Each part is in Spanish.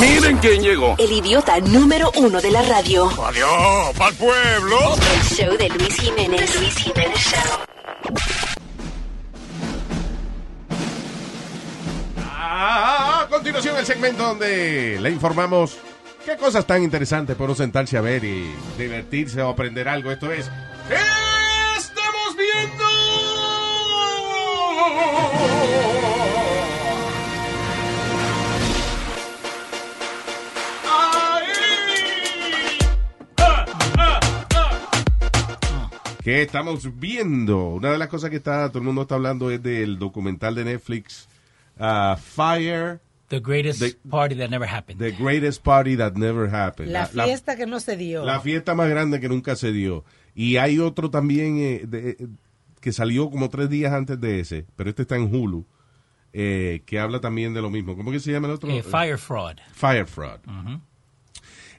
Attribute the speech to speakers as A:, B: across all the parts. A: Miren quién llegó.
B: El idiota número uno de la radio.
A: Adiós, pa'l pueblo.
B: El show de Luis Jiménez. Luis Jiménez Show.
C: Ah, A continuación el segmento donde le informamos qué cosas tan interesantes por uno sentarse a ver y divertirse o aprender algo. Esto es Estamos viendo. ¿Qué estamos viendo? Una de las cosas que está todo el mundo está hablando es del documental de Netflix ah, Fire,
D: The greatest
C: The-
D: party that never happened.
C: The Greatest Party That Never Happened.
E: La fiesta que no se dio.
C: La fiesta más grande que nunca se dio. Y hay otro también eh, de- eh, que salió como tres días antes de ese, pero este está en Hulu, eh, que habla también de lo mismo. ¿Cómo que se llama el otro?
D: Eh, fire fraud.
C: Fire Fraud.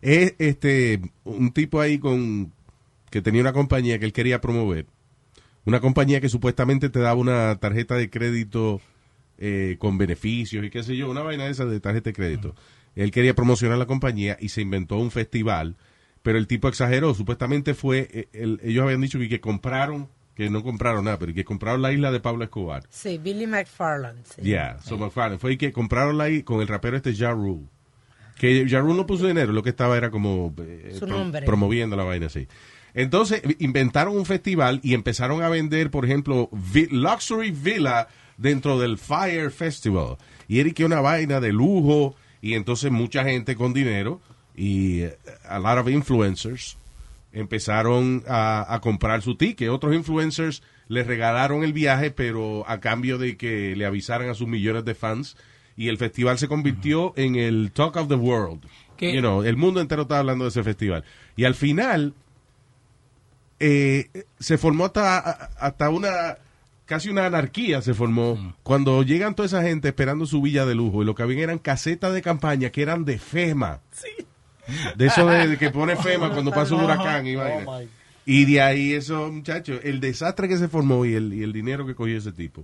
C: Es este, un tipo ahí con que tenía una compañía que él quería promover. Una compañía que supuestamente te daba una tarjeta de crédito eh, con beneficios y qué sé yo, una vaina de esas de tarjeta de crédito. Él quería promocionar la compañía y se inventó un festival, pero el tipo exageró. Supuestamente fue, eh, el- ellos habían dicho que, que compraron, que no compraron nada, pero que compraron la isla de Pablo Escobar.
E: Sí, Billy McFarland. sí. Eh.
C: Yeah, so McFarlane. Fue que compraron la i- con el rapero este Ja Rule. Que Ja Rule no puso dinero, lo que estaba era como eh,
E: Su nombre.
C: promoviendo la vaina así. Entonces inventaron un festival y empezaron a vender, por ejemplo, vi- Luxury Villa dentro del Fire Festival. Y era que una vaina de lujo y entonces mucha gente con dinero y eh, a lot of influencers empezaron a, a comprar su ticket. Otros influencers les regalaron el viaje, pero a cambio de que le avisaran a sus millones de fans. Y el festival se convirtió en el Talk of the World.
D: ¿Qué?
C: You know, el mundo entero estaba hablando de ese festival. Y al final eh, se formó hasta, hasta una casi una anarquía se formó cuando llegan toda esa gente esperando su villa de lujo y lo que habían eran casetas de campaña que eran de FEMA. De eso de, de que pone FEMA cuando pasa un huracán y vaina. Y de ahí eso, muchachos, el desastre que se formó y el, y el dinero que cogió ese tipo.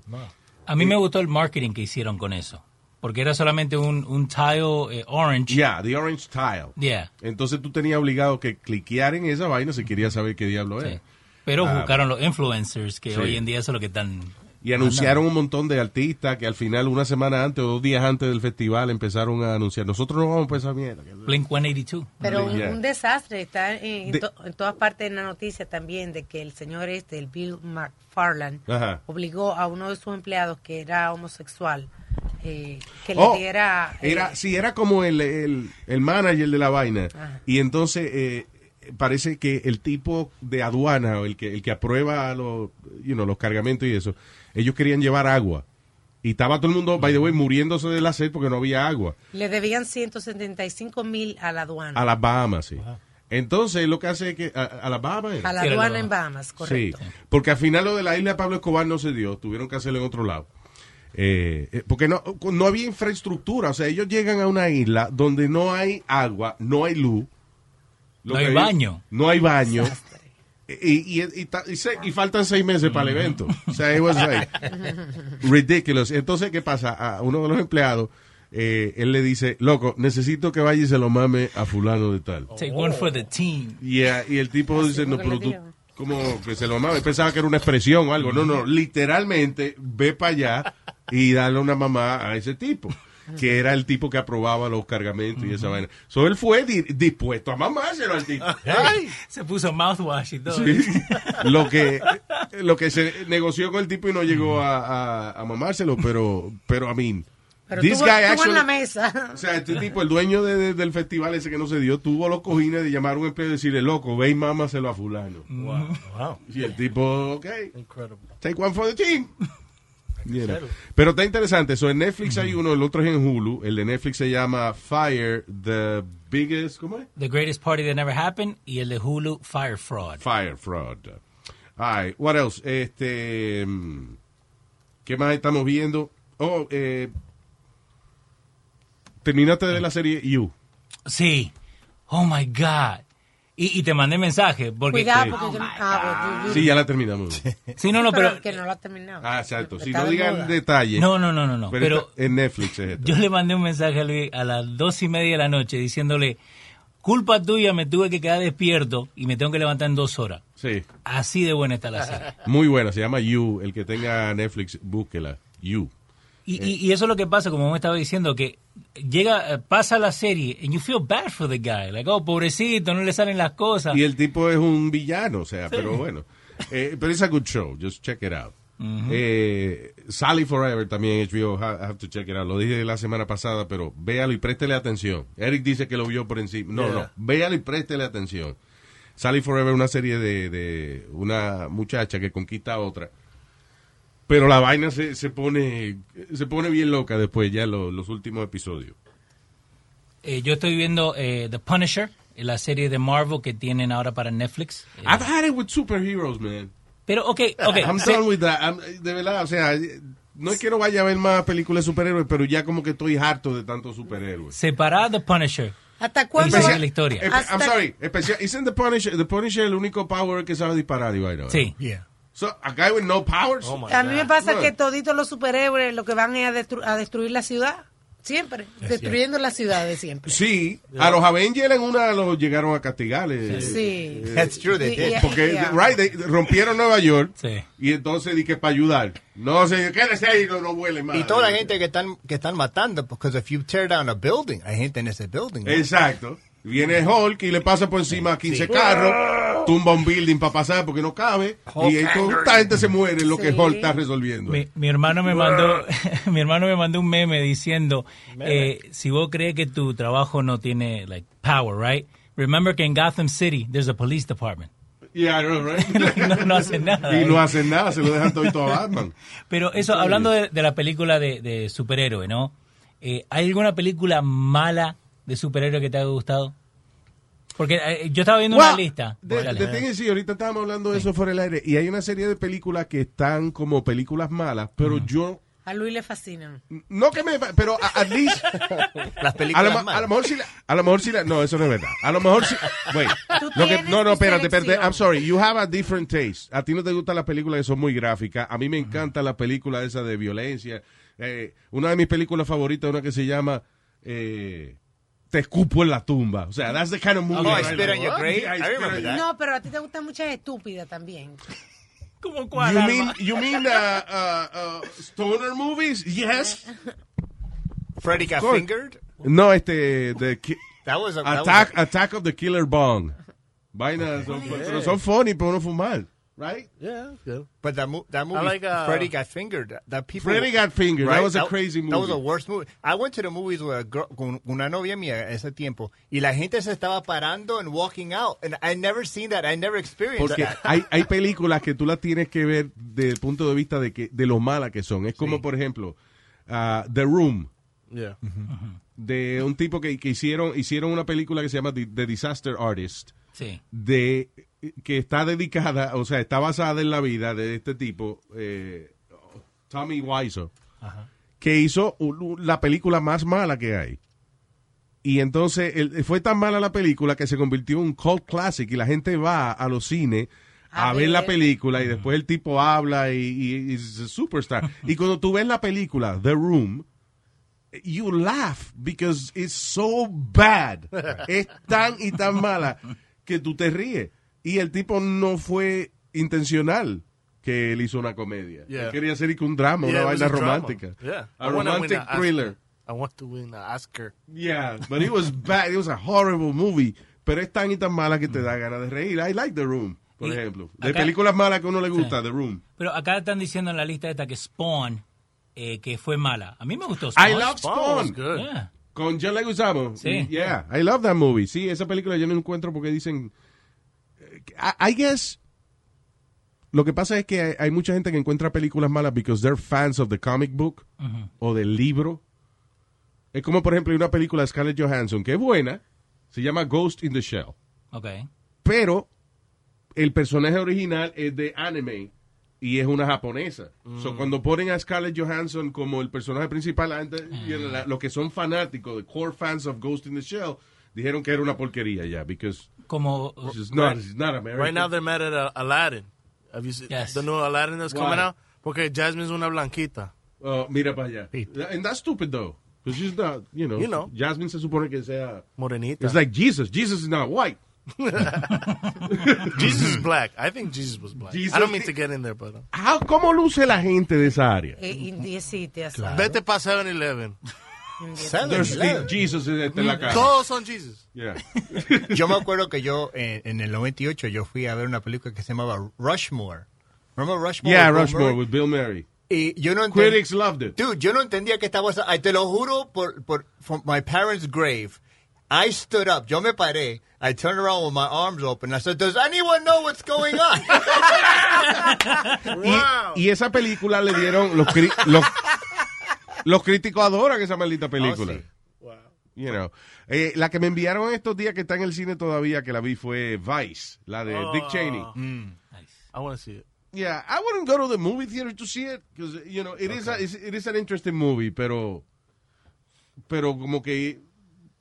D: A mí me gustó el marketing que hicieron con eso. Porque era solamente un, un tile eh, orange.
C: Yeah, the orange tile.
D: Yeah,
C: Entonces tú tenías obligado que cliquear en esa vaina si querías saber qué diablo
D: sí.
C: era.
D: Pero
C: Ah.
D: buscaron los influencers, que
C: Sí.
D: hoy en día eso es lo que están...
C: Y anunciaron un montón de artistas que al final, una semana antes o dos días antes del festival, empezaron a anunciar, nosotros no vamos a empezar mierda.
D: Blink 182.
E: Pero un,
C: Yeah.
E: un desastre. Está en, en
C: De-
E: to- en todas partes en la noticia también de que el señor este, el Bill McFarland,
C: Ajá.
E: obligó a uno de sus empleados que era homosexual eh, que
C: Oh,
E: le diera. eh,
C: era, sí, era como el, el, el manager de la vaina.
E: Ajá.
C: Y entonces eh, parece que el tipo de aduana, o el que, el que aprueba los, you know, los cargamentos y eso, ellos querían llevar agua. Y estaba todo el mundo, by the way, muriéndose de la sed porque no había agua.
E: Le debían 175 mil a la aduana.
C: A las Bahamas, sí. Entonces lo que hace es que a, a las Bahamas... era.
E: A la
D: Sí, era
E: aduana
D: la-
E: en Bahamas, correcto.
C: Sí, porque al final lo de la isla de Pablo Escobar no se dio, tuvieron que hacerlo en otro lado. Eh, eh, porque no, no había infraestructura, o sea, ellos llegan a una isla donde no hay agua, no hay luz. Lo
D: No
C: que
D: hay baño.
C: No hay baño. Y, y, y, ta- y se- y faltan seis meses para el evento. O sea, it was like ridiculous. Entonces, ¿qué pasa? A uno de los empleados, eh, él le dice, loco, necesito que vaya y se lo mame a fulano de tal.
D: Take one for the team.
C: Yeah, y el tipo dice, no,
E: como
C: pero
E: que
C: tú,
E: Ah, le digo.
C: como que se lo mamaba. Él Pensaba que era una expresión o algo. No, no, literalmente, ve para allá y dale una mamá a ese tipo. Que era el tipo que aprobaba los cargamentos y esa vaina. So él fue di- dispuesto a mamárselo al tipo. Ay.
D: Se puso mouthwash y todo.
C: Sí. Lo que lo que se negoció con el tipo y no llegó a, a- a mamárselo, pero pero a mí.
E: Pero tuvo, tuvo en la mesa.
C: O sea, este tipo, el dueño de- de- del festival ese que no se dio, tuvo los cojines de llamar a un empleo y decirle, loco, ve y mámaselo a fulano. Y el tipo, ok, take one for the team. Y era. Pero está interesante. eso en Netflix hay uno, el otro es en Hulu. El de Netflix se llama Fire, the biggest, ¿cómo es?
D: The greatest party that never happened y el de Hulu Fire Fraud.
C: Fire fraud. All right, what else? Este, mm, ¿qué más estamos viendo? Oh, eh, terminaste de ver la serie You.
D: Sí. Oh my God. Y, y te mandé mensaje, porque...
E: Cuidado, porque yo no. Ah, bueno,
C: Sí, ya la terminamos.
D: Sí, no, no,
E: pero,
D: pero...
E: que no lo ha terminado.
C: Ah, exacto. Si
E: Está
C: no
E: de
C: digan
E: moda.
C: detalles.
D: No, no, no, no, no.
C: Pero,
D: Pero
C: está- en Netflix es esto.
D: yo le mandé un mensaje a Luis a las dos y media de la noche diciéndole, culpa tuya, me tuve que quedar despierto y me tengo que levantar en dos horas.
C: Sí.
D: Así de buena está la serie.
C: Muy buena, se llama You. El que tenga Netflix, búsquela. You.
D: Y,
C: Eh.
D: y- y eso es lo que pasa, como me estaba diciendo, que llega, eh, pasa la serie and you feel bad for the guy. Like, oh, pobrecito, no le salen las cosas.
C: Y el tipo es un villano, o sea, pero bueno. Eh, pero es a good show, just check it out. Eh, Sally Forever también HBO, ha- have to check it out. Lo dije la semana pasada, pero véalo y préstele atención. Eric dice que lo vio por encima. No, no,
F: Yeah.
C: véalo y préstele atención. Sally Forever es una serie de, de una muchacha que conquista a otra. Pero la vaina se, se pone se pone bien loca después, ya lo- los últimos episodios.
D: Eh, yo estoy viendo eh, The Punisher, la serie de Marvel que tienen ahora para Netflix. Eh,
C: I've had it with superheroes, man.
D: pero, ok, ok.
C: Ah, I'm
D: se-
C: done with that. I'm- de verdad, o sea, no es que no vaya a ver más películas de superhéroes, pero ya como que estoy harto de tantos superhéroes.
D: separá The Punisher.
E: ¿Hasta cuándo?
D: Empecé-
E: va-
D: Sigue la historia.
C: Espe- I'm
E: hasta-
C: sorry, especial. Isn't the Punisher, the Punisher el único power que sabe disparar y vaina?
D: Sí.
F: Yeah.
C: So, a guy with no powers.
F: Oh my
E: A mí me
F: God.
E: pasa
C: Bueno.
E: que toditos los superhéroes lo que van es a, destru- a destruir la ciudad. Siempre. Destruyendo la ciudad de siempre.
C: Sí, a los Avengers en una los llegaron a castigar. eh,
E: Sí.
F: That's true, they did.
E: Yeah.
C: Porque, right, they- rompieron Nueva York.
D: Sí.
C: Y entonces dije para ayudar. No, señor, quédese ahí, no, no vuele más.
F: Y toda la gente que están, que están matando, because if you tear down a building, hay gente en ese building. ¿no?
C: Exacto. Viene Hulk y le pasa por encima a 15 carros, tumba un building para pasar porque no cabe. y ahí toda esta gente se muere lo que
E: Sí.
C: Hulk está resolviendo.
D: Mi, mi hermano me mandó mi hermano me mandó un meme diciendo eh, si vos crees que tu trabajo no tiene like power right remember que en Gotham City there's a police department
C: Yeah, I know, right?
D: no, no hacen nada
C: y no
D: eh.
C: hacen nada, se lo dejan todo, y todo a Batman.
D: pero eso hablando de, de la película de, de superhéroe no Eh, hay alguna película mala de superhéroe que te haya gustado porque eh, yo estaba viendo una
C: Well,
D: lista
C: de-
D: Dale.
C: de- tengo- sí, ahorita estábamos hablando de eso fuera del aire. Y hay una serie de películas que están como películas malas, pero yo.
E: A Luis le fascinan.
C: No que me. Pero a- at least.
F: Las
C: A
F: películas
C: lo, ma-
F: malas.
C: a lo mejor si la, a lo mejor si la, no, eso no es verdad. A lo mejor si, wait,
E: Tú
C: Lo que-
E: tienes
C: no, no,
E: tu
C: espérate, espérate,
E: selección.
C: I'm sorry, you have a different taste. A ti no te gustan las películas que son muy gráficas, a mí me encanta la película esa de violencia. Eh, una de mis películas favoritas, una que se llama eh, Te escupo en la tumba. O sea, that's the kind of movie.
F: Oh, I
C: right
F: spit on
C: now.
F: your grave.
C: Yeah, I
F: I
C: spit on
F: remember
C: your-
F: that.
E: No, pero a ti te gustan muchas estúpidas también.
D: ¿Cómo cuál,
C: You
D: Alma?
C: mean, you mean uh, uh, uh, stoner movies? Yes.
F: Freddy got
C: course.
F: fingered.
C: No, este, the ki-
F: That was a that was a-
C: Attack, Attack of the Killer Bong. Vainas son, pero son funny, pero no fumar. Right?
G: Yeah, that's good.
F: But that, mo- that movie,
G: like, uh,
F: Freddy Got Fingered. That people,
C: Freddy Got Fingered. That was a crazy
F: That was
C: movie.
F: the worst movie. I went to the movies with a girl, con con una novia mía ese tiempo, y la gente se estaba parando and walking out, and I never seen that. I never experienced
C: Porque
F: that.
C: hay, hay películas que tú las tienes que ver desde el punto de vista de, que, de lo mala que son. Es como, por ejemplo, ah, The Room,
G: Yeah.
C: de un tipo que, que hicieron, hicieron una película que se llama The, The Disaster Artist,
D: sí
C: de, que está dedicada, o sea, está basada en la vida de este tipo, eh, Tommy Wiseau. que hizo un- la película más mala que hay. Y entonces él- fue tan mala la película que se convirtió en un cult classic y la gente va a los cines a,
E: A
C: ver. la
E: ver.
C: película y después el tipo habla y, y- y es a superstar. y cuando tú ves la película The Room, you laugh because it's so bad. es tan y tan mala que tú te ríes. Y el tipo no fue intencional que él hizo una comedia.
G: Yeah.
C: Él quería hacer y que un drama, una
G: Yeah, it was
C: vaina
G: a drama.
C: romántica.
G: Yeah.
C: A
G: wanna win
C: romantic
G: an Oscar.
C: thriller.
G: I want to win an Oscar.
C: Yeah, but it was bad. It was a horrible movie. Pero es tan y tan mala que te da ganas de reír. I like The Room, por
D: Y
C: ejemplo. De
D: acá-
C: películas malas que a uno le gusta, The Room.
D: pero acá están diciendo en la lista esta que Spawn eh, que fue mala a mí me gustó Spawn
C: I love
G: Spawn was
C: Spawn.
G: good.
D: Yeah.
C: Con John Leguizamo.
D: Sí.
C: Yeah, I love that movie. Sí, esa película yo no encuentro porque dicen... eh, I, I guess... Lo que pasa es que hay, hay mucha gente que encuentra películas malas because they're fans of the comic book o del libro. Es como, por ejemplo, hay una película de Scarlett Johansson que es buena. Se llama Ghost in the Shell.
D: okay
C: pero el personaje original es de anime y es una japonesa.
G: Mm.
C: So, cuando ponen a Scarlett Johansson
G: Ah.
C: como el personaje principal, la gente- la- los que son fanáticos, the core fans of Ghost in the Shell, dijeron que era una porquería ya, because
D: Como
C: it's just not, it's not American.
G: Right now they're mad at uh, Aladdin. Have you seen
D: Yes.
G: the new Aladdin that's
C: Why?
G: coming out? Porque Jasmine's una blanquita.
C: Uh, mira para allá. And that's stupid though, because she's not, you know,
G: You know.
C: Jasmine se supone que sea.
G: Morenita.
C: It's like Jesus. Jesus is not white.
G: Jesus is black. I think Jesus was black.
C: Jesus-
G: I don't mean to get in there, but. uh,
C: How, ¿Cómo luce la gente de esa área?
E: Eh, indiecite, así.
G: Vete pa 7 Eleven.
C: There's the-
F: 7-Eleven.
C: Jesus en en la cara.
G: Todos son Jesus.
C: Yeah.
F: Yo me acuerdo que yo, eh, en el 98, yo fui a ver una película que se llamaba Rushmore. Remember Rushmore?
C: Yeah,
F: with Bill
C: Rushmore
F: Murray?
C: with Bill Murray.
F: Y yo no entendí.
C: Critics loved it.
F: Dude, yo no entendía que estaba... Ay, te lo juro por, por from my parents' grave. I stood up. Yo me paré. I turned around with my arms open. I said, does anyone know what's going on?
C: Y, y esa película le dieron los cri- los, los críticos adoran esa maldita película.
F: Oh, sí.
C: You know. Eh, la que me enviaron estos días que está en el cine todavía que la vi fue Vice, la de
F: Oh.
C: Dick Cheney.
G: I want to see it.
C: Yeah, I wouldn't go to the movie theater to see it because you know it is a, it's- it is an interesting movie, pero pero como que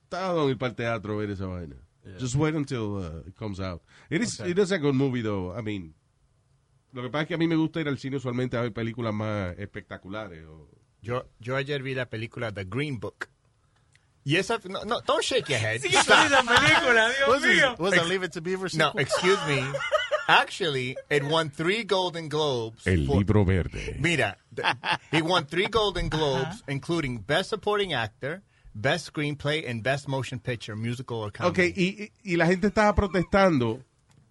C: está dando ir para el teatro a ver esa vaina. Just wait until uh, it comes out. It is it is a good movie though. I mean, lo que pasa es que a mí me gusta ir al cine usualmente a ver películas más espectaculares. O,
F: Yo, yo ayer vi la película The Green Book. Y esa... No, no don't shake your head.
G: Was it, was it Leave It to Beaver?
F: No,
G: sequel?
F: excuse me. Actually, it won three Golden Globes. for-
C: verde.
F: Mira, th- he won three Golden Globes, including Best Supporting Actor, Best Screenplay, and Best Motion Picture, Musical or
C: Ok,
F: Comedy.
C: y, y y la gente estaba protestando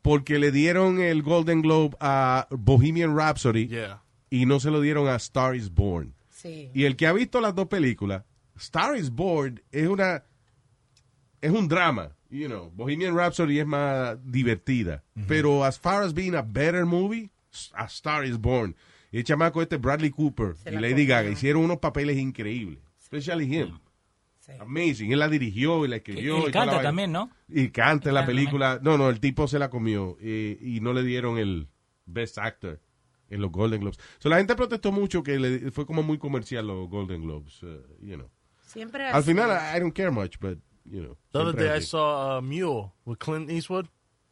C: porque le dieron el Golden Globe a Bohemian Rhapsody
G: Yeah.
C: y no se lo dieron a Star is Born.
E: Sí.
C: Y el que ha visto las dos películas, Star is Born es una es un drama, you know. Bohemian Rhapsody es más divertida, pero as far as being a better movie, S- A Star is Born. Y el chamaco este Bradley Cooper y
E: la
C: Lady Gaga hicieron unos papeles increíbles, especially him.
E: Sí.
C: Amazing, él la dirigió y la escribió.
D: Él
C: y toda la
D: canta
C: vaina.
D: también, ¿no?
C: Y canta en la
D: Canta
C: película. No, no, el tipo se la comió eh, y no le dieron el Best Actor en los Golden Globes. So, la gente protestó mucho que le- fue como muy comercial los Golden Globes, eh, you know.
E: Siempre
C: Al
E: así. Ah,
C: final, I, I don't care much, but, you know.
G: The other
C: siempre
G: day I
C: así.
G: saw uh, Mule with Clint Eastwood.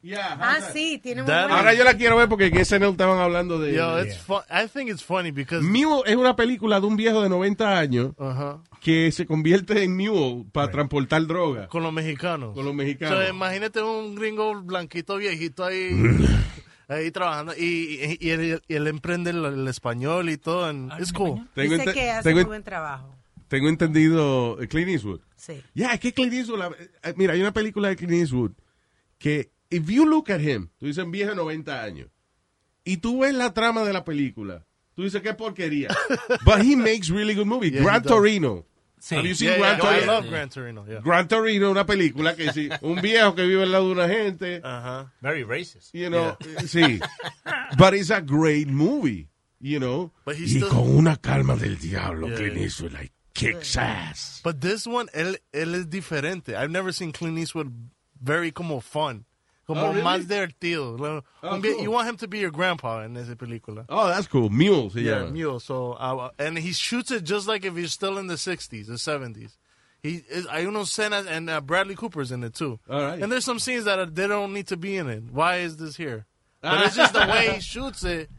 C: Yeah,
E: Ah,
C: how's that?
E: sí, tiene un
G: That-
E: buen-
C: Ahora yo la quiero ver porque en ese no estaban hablando de...
G: Yo,
C: de-
G: it's fun. I think it's funny because.
C: Mule es una película de un viejo de 90 años
G: Uh huh.
C: que se convierte en Mule para transportar droga.
G: Con los mexicanos.
C: Con los mexicanos.
G: So, imagínate un gringo blanquito viejito ahí, ahí trabajando. Y, y, y él, y él emprende el, el español y todo. And it's cool.
C: Tengo,
E: Dice
C: ente-
E: que hace
C: tengo,
E: muy buen trabajo.
C: tengo entendido eh, Clint Eastwood.
E: Sí.
C: Ya, es que Clint Eastwood, la- eh, mira, hay una película de Clint Eastwood que, if you look at him, tú dices, viejo de 90 años, y tú ves la trama de la película, tú dices, qué porquería. But he makes really good movies.
G: he
C: Gran
G: does.
C: Torino.
D: Sí.
C: Have you seen
G: Yeah,
C: Gran
G: yeah, no, I
C: Torino?
G: love Gran Torino. Yeah.
C: Gran Torino, una película que sí, un viejo que vive al lado de una gente,
G: Uh huh.
F: Very racist.
C: you know, eh, sí. But it's a great movie, you know.
G: But he
C: y
G: still-
C: con una calma del diablo,
G: Yeah.
C: Clint Eastwood, like, kicks ass.
G: But this one, él, él es diferente. I've never seen Clint Eastwood very como fun. Como
C: Oh, really?
G: más divertido. Lo-
C: Oh,
G: un vie-
C: cool.
G: You want him to be your grandpa en esa película.
C: Oh, that's cool. Mule se
G: Yeah,
C: llama.
G: Mule. So, uh, and he shoots it just like if he's still in the 60s or 70s. He is I know Senna and uh, Bradley Cooper's in it too.
C: All right.
G: And there's some scenes that are, they don't need to be in it. Why is this here? But it's just the way he shoots it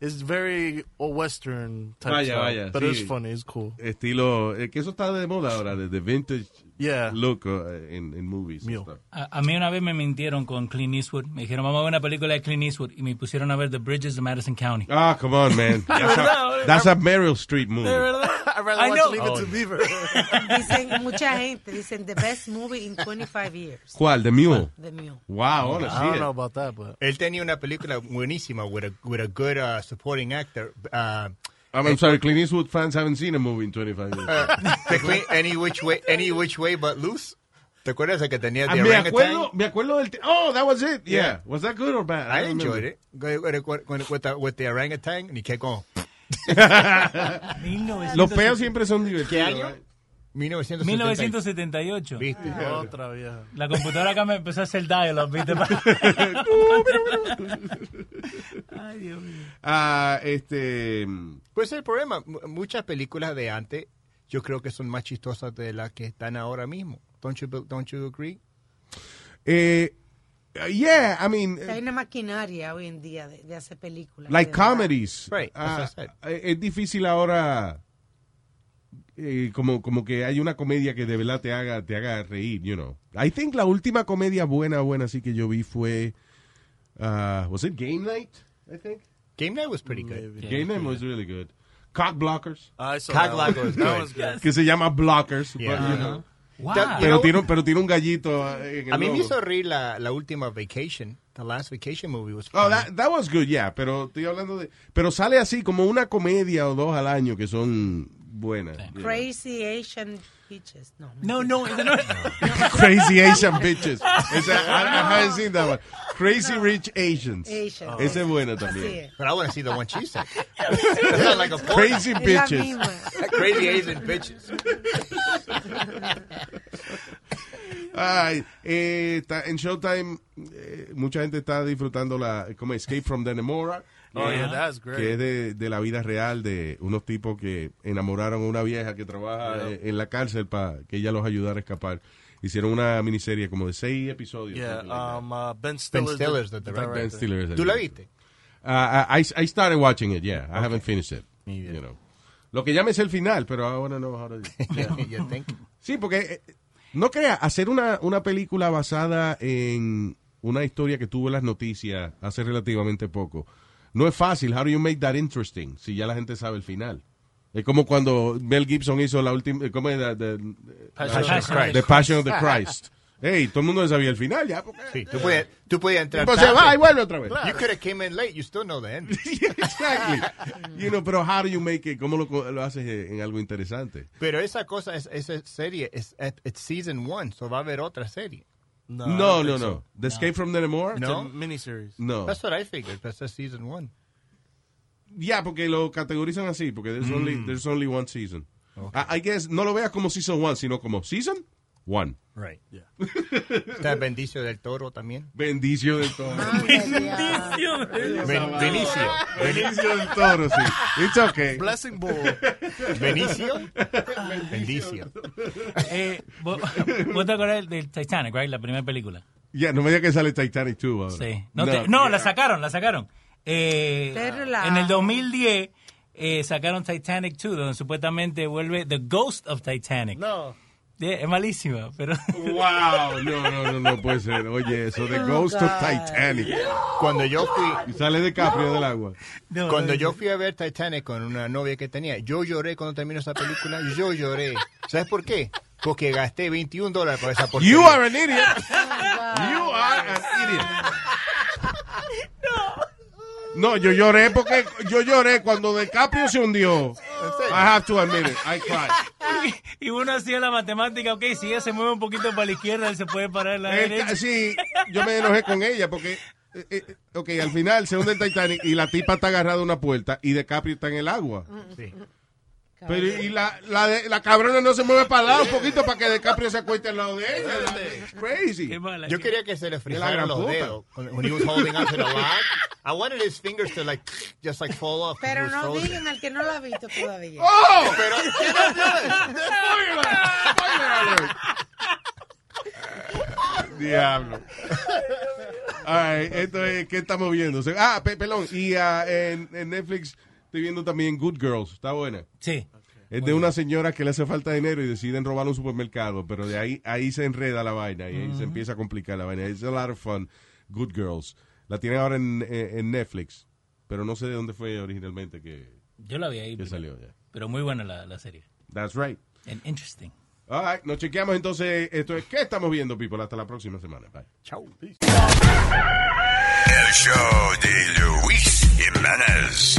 G: is very uh, western type
C: Vaya,
G: style.
C: vaya,
G: But it's
C: ah, sí.
G: funny, it's cool.
C: estilo, eh, que eso está de moda ahora, de, de vintage
G: Yeah.
C: look eh, en en movies. and
G: Mule.
C: stuff.
D: A, a mí una vez me mintieron con Clint Eastwood. Me dijeron, vamos a ver una película de Clint Eastwood. Y me pusieron a ver The Bridges of Madison County.
C: Ah, come on, man. That's a, that's a Meryl Street movie.
G: I'd rather
D: I
G: watch
D: know.
G: Leave
C: Oh,
G: It to Beaver.
E: Dicen, mucha gente, dicen, the best movie in 25 years.
C: ¿Cuál? The Mule.
E: The Mule.
C: Wow, ahora
G: I don't know
C: sí. eh.
G: about that, but
F: Él tenía una película buenísima with a, with a good uh, supporting actor. Uh,
C: I'm, I'm sorry, Clint Eastwood fans haven't seen a movie in 25 years. Ah,
F: the Queen- any which way, any which way but loose. ¿Te acuerdas de que tenía
C: Ah,
F: The
C: me
F: Orangutan?
C: acuerdo, me acuerdo del... te- Oh, that was it. Yeah. Was that good or bad?
F: I
C: don't
F: Ah, enjoyed
C: remember.
F: it. Go- go- go- go- With the, with the orangutan, and he kept going.
C: Los peos siempre son divertidos.
F: ¿Qué año?
C: right?
F: 1970.
D: 1978.
F: ¿Viste?
G: otra vieja.
D: La computadora acá me empezó a hacer dialogue, ¿viste? Ay, Dios mío.
C: Ah, este... mm,
F: Pues el problema, mu- muchas películas de antes yo creo que son más chistosas de las que están ahora mismo. Don't you, don't you agree?
C: Eh, yeah, I mean,
E: Hay una maquinaria hoy en día de, de hacer películas.
C: like
E: de verdad.
C: comedies.
F: Right,
C: Ah,
F: that's what I
C: eh, es difícil ahora eh, como, como que hay una comedia que de verdad te haga, te haga reír, you know. I think la última comedia buena, buena así que yo vi fue ah, was it Game Night? I think.
F: Game night was
C: Mm,
F: pretty good.
C: Game Night was really good. Cock Blockers,
G: I saw
F: Cock
G: that one.
F: blocker was
G: That
F: good.
G: was good.
C: que se llama Blockers,
F: Yeah.
C: but, you know.
D: Wow.
F: That-
C: pero
F: know-
C: tiene, un- pero tiene un gallito eh, en el
F: A mí me
C: logo.
F: hizo reír la, la última Vacation. The last Vacation movie was
C: Oh,
F: funny.
C: that, that was good, yeah, pero estoy hablando de... Pero sale así como una comedia o dos al año que son buenas. you know.
E: Crazy Asian Bitches. No,
D: no, no, no.
C: Crazy Asian Bitches. Esa, I, I haven't seen that one. Crazy Rich Asians.
E: Asians.
C: Esa es buena
E: así
C: también.
E: es.
F: But I want to see the one she said. That's like a porn.
C: Crazy
E: Es la
C: Bitches.
E: misma.
F: Crazy Asian bitches.
C: Ay, eh, está- en Showtime, eh, mucha gente está disfrutando la, como Escape from the Nemora. eh,
G: Oh, yeah, that's
C: que es
G: great.
C: de, de la vida real de unos tipos que enamoraron a una vieja que trabaja eh, en la cárcel para que ella los ayudara a escapar. Hicieron una miniserie como de seis episodios.
G: Yeah,
C: something like that.
G: um, uh, Ben Stiller.
F: Ben Stiller's the director.
C: Ben Stiller es el
F: ¿Tú la
C: director.
F: viste?
C: Ah, ah, I, I started watching it, yeah. I haven't finished it. You know. Lo que llames el final, pero ahora no. Ahora...
F: you think?
C: sí, porque eh, no crea, hacer una, una película basada en una historia que tuvo en las noticias hace relativamente poco. No es fácil. How do you make that interesting si ya la gente sabe el final? Es como cuando Mel Gibson hizo la última, ¿cómo es? The,
D: Passion of Christ.
C: The Passion of the Christ. Hey, todo el mundo sabía el final ya. Porque,
F: Sí, tú podías, tú podías entrar.
C: Pues se va y
F: tarde.
C: vuelve otra vez.
F: You could have came in late. You still know the end.
C: exactly. You know, pero how do you make it? ¿Cómo lo, co- lo haces eh, en algo interesante?
F: Pero esa cosa, es, esa serie, es at- it's season one, so va a haber otra serie.
G: No, I
C: No,
G: don't
C: no,
G: think so.
C: no. The Escape from the Nemora?
G: It's a
F: No.
G: miniseries.
C: No.
F: That's what I figured, but it's season one.
C: Ya, porque lo categorizan así, porque there's, only, there's only one season. I, I guess no lo veas como season one, sino como season one.
F: Right.
G: Yeah.
F: Está Bendicio del Toro también.
C: Bendicio del toro.
E: Ándale,
F: Ben- Benicio.
C: Bendicio del toro, sí. It's okay.
G: Blessing Ball.
F: Benicio. Bendicio.
D: Eh, ¿Vos vos te acuerdas del Titanic, right? La primera película.
C: Ya, no me digas que sale Titanic 2 ahora.
D: Sí. No, te- no, la sacaron, la sacaron. Eh,
E: Pero la-
D: En el 2010 eh, sacaron Titanic 2, donde supuestamente vuelve The Ghost of Titanic.
G: No.
D: Yeah, es malísima, pero...
C: Wow, no, no, no, no puede ser. Oye, eso de Ghost of Titanic.
F: Cuando yo
C: Y
F: fui...
C: sale de Caprio del agua.
D: No,
F: Cuando
D: no,
F: yo fui a ver Titanic con una novia que tenía, yo lloré cuando terminó esa película. Yo lloré. ¿Sabes por qué? Porque gasté 21 dólares por esa porquería.
C: You are an idiot. you are an idiot. No. yo lloré porque yo lloré cuando DiCaprio se hundió. I have to admit it. I cried.
D: Y uno hacía la matemática, ok, si ella se mueve un poquito para la izquierda, él se puede parar en la
C: El
D: derecha.
C: ca- sí, yo me enojé con ella porque eh, eh, ok, al final se hunde el Titanic y la tipa está agarrada a una puerta y DiCaprio está en el agua.
F: Sí.
C: Pero y la, la, de- la cabrona no se mueve para el lado un poquito para que DiCaprio se acueste al lado de ella. It's crazy.
D: Qué mala,
F: Yo
D: qué-
F: quería que se le
C: gran
F: frizaran los
C: puta.
F: dedos when when he was holding onto the log. I wanted his fingers to like just like fall off. 'cause he
E: Pero
F: was
E: no
F: frozen.
E: digan al que no lo ha visto todavía.
C: Oh,
F: Pero
C: Spoiler, spoiler alert. Diablo. Ay, esto es, ¿qué estamos viendo? Se- Ah, pe- perdón, y ah, en, en Netflix estoy viendo también Good Girls, está buena.
D: Sí.
C: Es de una señora que le hace falta dinero y deciden robar un supermercado, pero de ahí, ahí se enreda la vaina y ahí se empieza a complicar la vaina. It's a lot of fun, Good Girls. La tienen ahora en, en- en Netflix, pero no sé de dónde fue originalmente que,
D: Yo la vi ahí,
C: que
D: pero,
C: salió. ya.
D: pero muy buena la, la serie.
C: That's right.
D: And interesting.
C: All right, nos chequeamos entonces. Esto es ¿Qué estamos viendo, people? Hasta la próxima semana. Bye.
A: El show de Luis Jiménez.